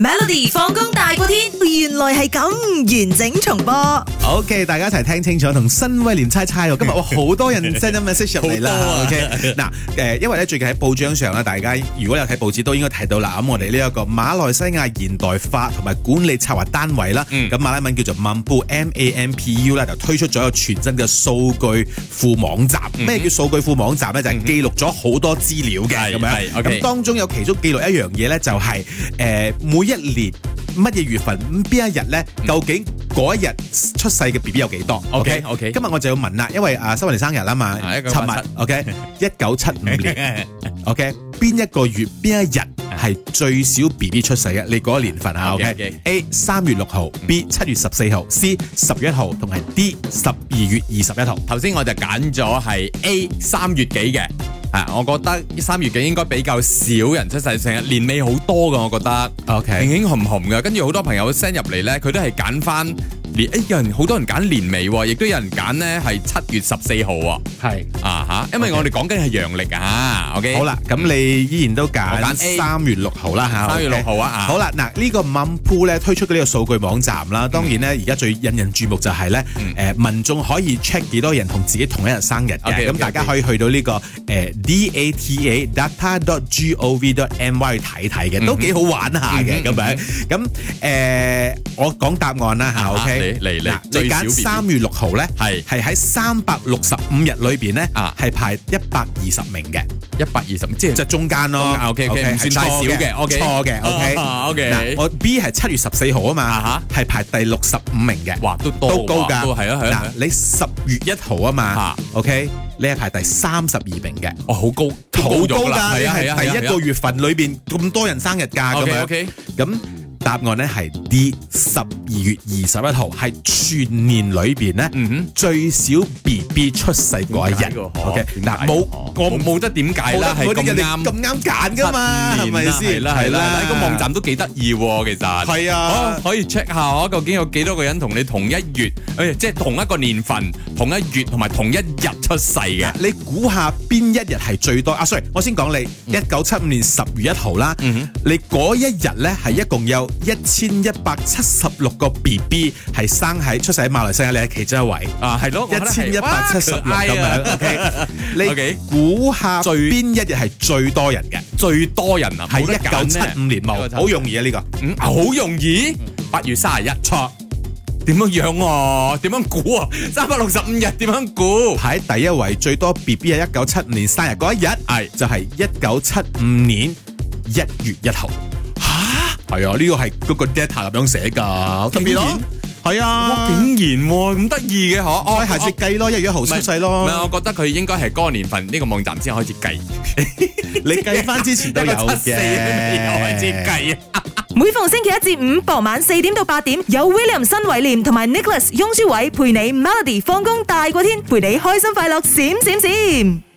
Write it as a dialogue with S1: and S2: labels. S1: Melody 放工大過天，原來係咁完整重播。
S2: OK，大家一齊聽清楚，同新威廉猜猜喎。今 日我好多人 send 咗 message 入嚟
S3: 啊
S2: 啦。OK，嗱，誒，因為咧最近喺報章上咧，啊大家如果有睇報紙都應該睇到啦。咁我哋呢一個馬來西亞現代化同埋管理策劃單位啦，
S3: 嗯
S2: 咁馬拉文叫做 Mampu，M A M P U 啦，就推出咗一個全新嘅數據庫網站。
S3: 嗯
S2: 咩叫數據庫網站咧？就係記錄咗好多資料嘅咁樣。
S3: 係係，OK
S2: 咁當中有其中記錄一樣嘢咧，就係誒每一年。乜嘢月份邊一日咧？究竟嗰一日出世嘅 B B 有幾多
S3: OK，OK
S2: 今日我就要問啦，因為啊，新雲年生日啦嘛，
S3: 係1987
S2: 尋日 OK，一九七五年 OK，邊一個月邊一日係最少 B B 出世嘅？你嗰個年份啊
S3: OK，OK
S2: ，OK？A 三月六號，B 七月十四號，C 十月一號，同埋 D 十二月二十一號。
S3: 頭先我就揀咗係 A 三月幾嘅，啊，我覺得三月幾應該比較少人出世，成日年尾好多㗎，我覺得。
S2: OK
S3: 興興紅紅嘅，跟住好多朋友 send 入嚟咧，佢都係揀翻年，誒有人好多人揀年尾喎，亦都有人揀咧係七月十四號喎，
S4: 係
S3: 啊嚇，因為我哋講緊係陽曆啊，OK，
S2: 好啦，咁你依然都
S3: 我
S2: 揀
S3: 揀 A
S2: 三月六號啦嚇，
S3: 三月
S2: OK
S3: 六號啊啊
S2: 好啦，嗱呢個 Mumpool 咧推出嘅呢個數據網站啦，
S3: 嗯
S2: 當然咧而家最引人注目就係咧誒民眾可以 check 幾多人同自己同一日生日嘅，
S3: OK，OK，
S2: 咁大家
S3: OK
S2: 可以去到呢個誒 data data dot gov dot my 去睇睇
S3: 嗯
S2: 嘅，都幾好玩下嘅咁樣。咁誒我講答案啦嚇
S3: 啊
S2: ，OK，
S3: 你你你
S2: 嗱
S3: 最
S2: 你
S3: 少
S2: 揀
S3: BB
S2: 三月六號咧，
S3: 係
S2: 係喺三百六十五日裏邊咧
S3: 啊
S2: 係排一百二十名嘅。
S3: 一百二十，即係
S2: 就中間
S3: 中
S2: 咯
S3: 間，OK，OK，唔算太少嘅，OK
S2: 錯嘅，OK，
S3: 啊，OK
S2: 嗱我 B 係七月十四號啊
S3: 啊
S2: 嘛，係排第六十五名嘅，
S3: 哇都多
S2: 都高
S3: 喎
S2: 㗎，
S3: 都係啊係啊係
S2: 嗱
S3: 啊，
S2: 你十月一號啊嘛
S3: 啊
S2: ，OK，你係排第三十二名嘅，
S3: 哦好高，
S2: 好
S3: 咗
S2: 高
S3: 啦
S2: 㗎，你
S3: 係啊係啊，
S2: 係第一個月份裏邊咁多人生日㗎咁
S3: OK
S2: 樣
S3: OK。
S2: 咁答案咧係 D，十二月二十一號係全年裏邊咧
S3: 嗯哼
S2: 最少 B B 出世嗰一
S3: 點解
S2: 日
S3: 㗎嗬
S2: ，OK，
S3: 點解
S2: 嗱冇
S3: 㗎嗬
S2: 我
S3: 冇冇得點解啦，係
S2: 冇得
S3: 咁
S2: 冇得
S3: 啱
S2: 人哋咁啱揀㗎嘛，係咪
S3: 係
S2: 先？
S3: 啦係啦，呢個網站都幾得意喎，其實
S2: 係啊
S3: 好可以 check 下我究竟有幾多個人同你同一月，誒即係同一個年份、同一月同埋同一日出世嘅。
S2: 你估下邊一日係最多啊？sorry，我先講
S3: 嗯
S2: 你一九七五年十月一號啦，你嗰一日呢，係一共有一千一百七十六個 B B 係生喺出世喺馬來西亞，你係其中一位。
S3: 啊，係咯，我覺得
S2: 一
S3: 係
S2: 千一百七十六
S3: 哇
S2: 咁
S3: 可愛啊
S2: 樣，OK，
S3: OK
S2: 你估下
S3: 最
S2: 邊一日係最多人嘅？
S3: 最多人啊，
S2: 係
S3: 冇得揀
S2: 一九七五
S3: 呢
S2: 年冇，好容易啊呢個。
S3: 嗯好容易，八月三十一錯。點樣樣啊？點樣估啊？三百六十五日點樣估？
S2: 排第一位最多 B B 係一九七五年生日嗰一日，
S3: 係
S2: 就係一九七五年一月一號。吓，係啊，呢個係嗰個 data 咁樣寫㗎，特別咯
S3: 竟，
S2: 係
S3: 哇！
S2: 啊，
S3: 竟然喎咁得意嘅嗬，
S2: 我
S3: 哦
S2: 下次
S3: 哦
S2: 計咯，一月一號出世
S3: 唔係，
S2: 咯，
S3: 我覺得佢應該係嗰個年份呢個網站先開始計，
S2: 你計翻之前都 有
S3: 七四年開始
S2: 嘅。
S3: 計啊！
S1: 每逢星期一至五傍晚四點到八點，有 William 新偉廉同埋 Nicholas 雍舒偉陪你 Melody 放工大過天，陪你開心快樂閃閃閃。